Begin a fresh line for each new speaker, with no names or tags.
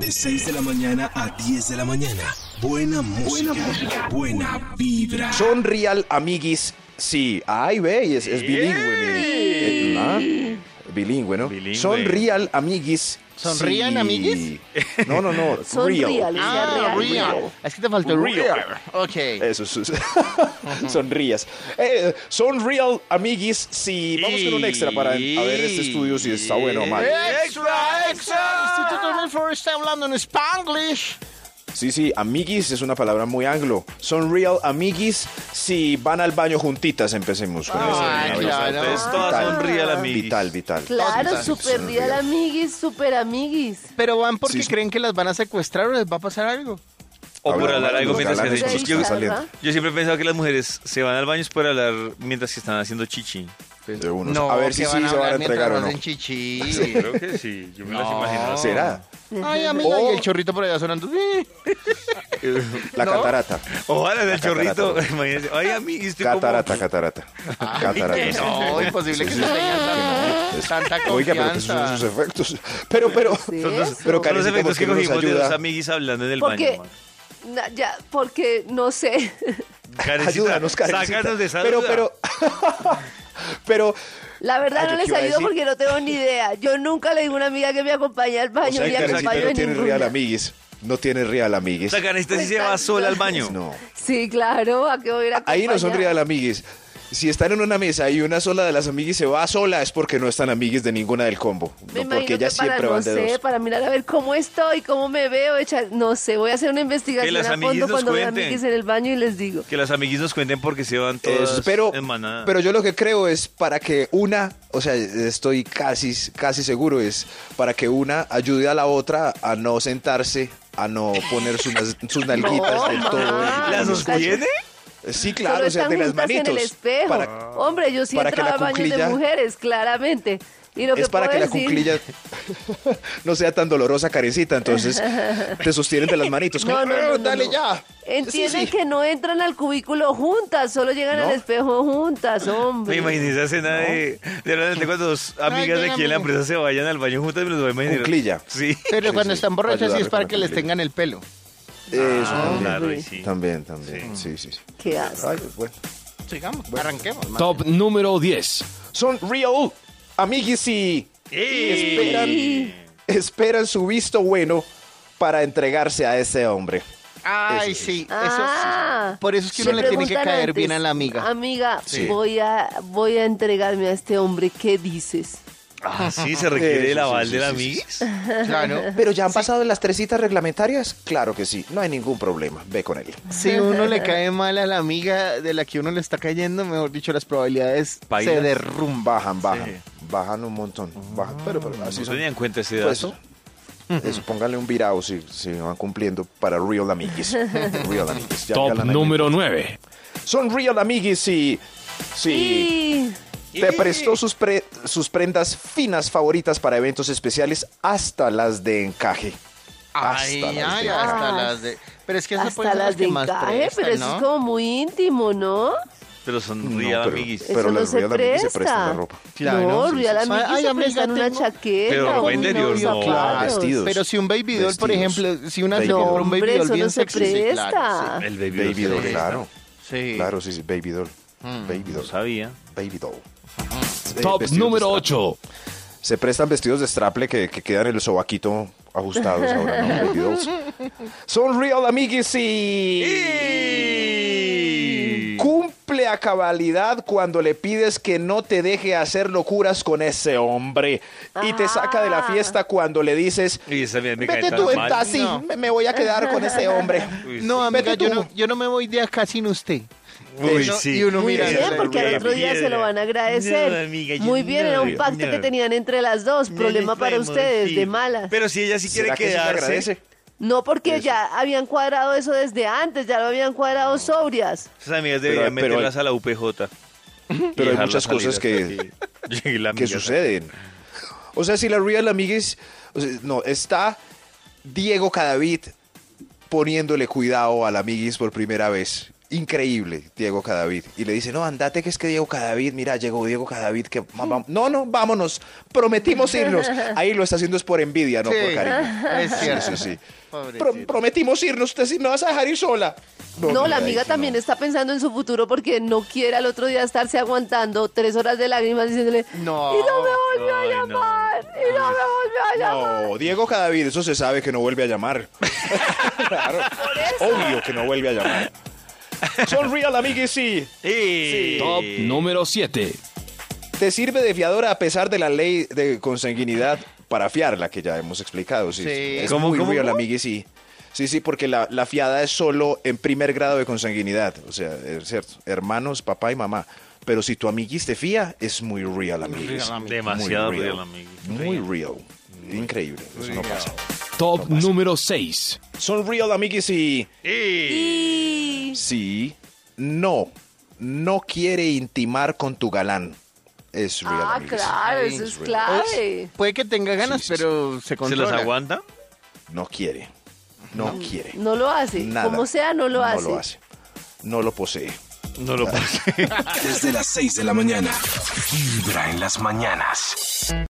De 6 de la mañana a 10 de la mañana. Buena música. Buena, vibra.
Son real amiguis, sí. Ay, ve, es, es bilingüe. mi- eh, ¿ah? Bilingüe, ¿no?
Bilingüe.
Son real amiguis.
¿Son
sí.
real amiguis?
No, no, no.
Son real.
Ah,
real,
real. Es que te faltó el
Real.
real. Ok.
Eso, eso, eso. Sonrías. Eh, son real amiguis, sí. Vamos con un extra para a ver este estudio si está bueno o
Eh.
mal.
Extra, extra. El Instituto Milford está hablando en Spanglish.
Sí, sí, amiguis es una palabra muy anglo. Son real amiguis si van al baño juntitas, empecemos con eso.
Ay, claro.
Ustedes Ah, todas son real amiguis.
Vital, vital.
Claro, super
Son
real amiguis, super amiguis.
Pero van porque
Sí.
creen que las van a secuestrar o les va a pasar algo.
O por
Ahora,
hablar algo
nos
mientras que
regalan
hacen
esos que
chichi.
están pues, saliendo.
¿verdad?
Yo siempre he pensado que las mujeres se van al baño es por hablar mientras que están haciendo chichi.
De unos. a ver si sí se van a entregar o no.
chichi.
Creo que sí, yo me las imagino.
¿Será?
Ay, amiga,
Oh.
y el chorrito por allá sonando.
La
¿No?
catarata.
Ojalá en el chorrito, imagínense. Ay, amiguis, estoy como-
Catarata, catarata. Catarata.
No, imposible que se tengan tanta- tanta
Oiga, pero pues ¿qué son
confianza.
esos efectos? Pero, pero.
Sí,
Son los-
eso.
Pero,
Son los
Karencita,
efectos
¿por qué
que
no nos
cogimos de
ayuda?
dos amiguis hablando en el
Porque,
baño. man.
na- ya, porque no sé.
Karencita,
Ayúdanos, Karencita.
Sácanos de esa
Pero,
duda.
pero. Pero.
La verdad
Ah, yo
no
qué
les
iba a
ayudo
decir.
porque no tengo ni idea. Yo nunca le digo a una amiga que me acompañe al
O
baño
sea,
ni
Karencita
acompaño
no
en
tiene
ninguna.
real amiguis. No tiene real
O
amiguis.
sea, Karencita sí se va sola al baño.
No.
Sí, claro, a que voy a ir a
Ahí no son
acompañar?
real amiguis. Si están en una mesa y una sola de las amiguis se va sola, es porque no están amiguis de ninguna del combo.
Me
No,
imagino
porque ellas
que para,
siempre
no
van de
sé,
dos.
para mirar a ver cómo estoy, cómo me veo, echar- no sé, voy a hacer una investigación
las
a
amiguis
fondo
nos
cuando vea
cuenten.
amiguis en el baño y les digo.
Que las amiguis nos cuenten porque se van todas
Eso, pero,
en manada.
pero yo lo que creo es para que una, o sea, estoy casi, casi seguro, es para que una ayude a la otra a no sentarse, a no poner sus, nas- sus nalguitas del todo.
ma.
Ah, ¿Las
Los
sostiene?
Sí, claro,
Solo
o sea, de
están
las
juntas
manitos.
en el espejo.
Para-
Hombre, yo sí
para que
entraba a
la
baños
cuclilla-
de mujeres, claramente. Y
Ah.
lo
es
que
para que
puedo
la
decir-
cuclilla no sea tan dolorosa, carecita. Entonces, te sostienen de las manitos.
No,
como,
no, no, no,
"Ah, dale
no.
ya.
Entienden
Sí, sí.
que no entran al cubículo juntas, solo llegan
¿No?
al espejo juntas,
Me
hombre.
imaginé esa escena de, de realmente cuando dos amigas de aquí en la empresa se vayan al baño juntas, me los voy a imaginar.
Cuclilla.
Sí.
Pero
Sí, sí,
cuando están
para
borrachas sí
ayudar
es para
con
que
la
les
familia.
tengan el pelo.
Eso también.
Claro, y sí.
También, también. Sí, sí, sí.
Qué asco.
Ay, pues bueno.
Sigamos, arranquemos.
Top número 10.
Son real amiguis y
¡Ey!
esperan su visto bueno para entregarse a ese hombre.
Ay,
Eso
sí, eso
Ah,
sí. Por eso es que uno le tiene que
preguntan
caer
antes, Ah.
bien a la amiga.
Amiga,
Sí.
voy, a, voy a entregarme a este hombre, ¿qué dices?
Ah, sí, se requiere el
Eso, sí,
aval
sí,
de la
sí, sí,
amiguis.
Claro.
Pero ya han pasado las tres citas reglamentarias. Claro que sí, no hay ningún problema. Ve con él.
Si uno le cae mal a la amiga de la que uno le está cayendo, mejor dicho, las probabilidades
Bailas.
se derrumban.
Bajan, bajan, bajan un montón. Bajan, pero, pero así
No
son.
tenía en cuenta ese
Pues,
dato.
eso, pónganle un virado si, si van cumpliendo para real amiguis. Real amiguis. Ya
Top
regalan ahí.
número 9.
Son real amiguis y... Sí.
Y...
Te prestó sus, pre- sus prendas finas favoritas para eventos especiales hasta las de encaje.
Ay,
Hasta las
ay,
de
hasta
encaje.
las de. Pero es que esas pueden
Hasta
ser
las de
que más
encaje,
prestan,
pero eso
¿no?
es como muy íntimo, ¿no?
Pero son
No,
real
pero-
amiguis.
Eso
Pero
no
las
se
real amiguis se
presta.
prestan la ropa.
Claro,
no,
sí, sí,
real
sí.
amigos
Ay,
se
amiga,
prestan una
tengo-
chaqueta
Pero
o
ropa
unos
interior, no.
zapatos.
Vestidos.
Pero si un baby doll, por
Vestidos.
ejemplo, si una
Baby
se
No,
compra un baby
hombre,
doll
eso
bien
no se
sexy, sí,
presta.
claro,
El baby,
Baby doll,
sí.
claro.
sí. Sí.
Claro, sí, sí, baby doll. Baby
No
doll.
sabía.
Baby doll. Eh,
Top
vestidos
número
de
8.
straple. Se prestan vestidos de straple que, que quedan en el sobaquito ajustados ahora, ¿no? Baby dolls. Son real amiguis y... Cumple a cabalidad cuando le pides que no te deje hacer locuras con ese hombre. Y te saca de la fiesta cuando le dices...
Y esa bien me cae
Vete
tan
tú en
mal.
taxi,
No.
me- me voy a quedar con ese hombre.
Uy, sí.
No, amiga,
Vete
yo
tú.
no, yo no me voy de acá sin usted.
Uy,
Eso-
sí.
y uno
Muy
mira,
bien,
la
porque al
piedra,
otro día se lo van a agradecer.
No, amiga, yo
Muy bien,
no,
era un
yo
pacto
no.
que tenían entre las dos.
No
Problema
les
para
podemos
ustedes,
decir.
de malas.
Pero si ella sí quiere
¿Será que sí le
quedarse.
agradece?
no, porque ya habían cuadrado eso desde antes, ya lo habían cuadrado sobrias.
Esas amigas deberían
pero-
meterlas a la UPJ.
Pero hay muchas cosas que, que suceden. O sea, si la real amigues, o sea, no, está Diego Cadavid poniéndole cuidado al amiguis por primera vez. Increíble, Diego Cadavid. Y le dice, no, andate, que es que Diego Cadavid, mira, llegó Diego Cadavid, que... va- va- No, no, vámonos, prometimos irnos. Ahí lo está haciendo es por envidia, no por
Sí,
cariño.
es
Sí, sí,
cierto.
sí.
Pobrecito.
Pro- prometimos irnos, usted sí me vas a dejar ir sola.
No, la
mira,
amiga
ahí sí,
también
no.
está pensando en su futuro porque no quiere al otro día estarse aguantando tres horas de lágrimas diciéndole,
No,
y no me volvió a
ay, no.
llamar, y no me volvió a llamar.
No, Diego Cadavid, eso se sabe que no vuelve a llamar. claro. Obvio que no vuelve a llamar. Son real, amigues, sí.
Sí.
Top número 7.
Te sirve de fiadora a pesar de la ley de consanguinidad para fiarla, que ya hemos explicado. Sí,
Sí.
Es
¿Cómo,
muy
cómo,
real,
cómo?
amigues, sí. Sí, sí, porque la, la fiada es solo en primer grado de consanguinidad. O sea, es cierto, hermanos, papá y mamá. Pero si tu amiguis te fía, es muy real, amiguis.
real,
Muy
Demasiado real, amiguis.
Muy real. Increíble. Eso no pasa.
Top número 6.
Son real, amiguis, y...
Y
Sí. No. No quiere intimar con tu galán. Es real.
ah,
amiguis.
claro, eso es
real.
clave.
Puede que tenga ganas,
Sí, sí, sí.
pero se
¿Se
controla.
los aguanta?
No quiere. No, quiere.
No lo hace,
Nada.
como sea no lo hace.
No lo hace. No lo posee.
No lo pasa.
Desde las 6 de la mañana. Vibra en las mañanas.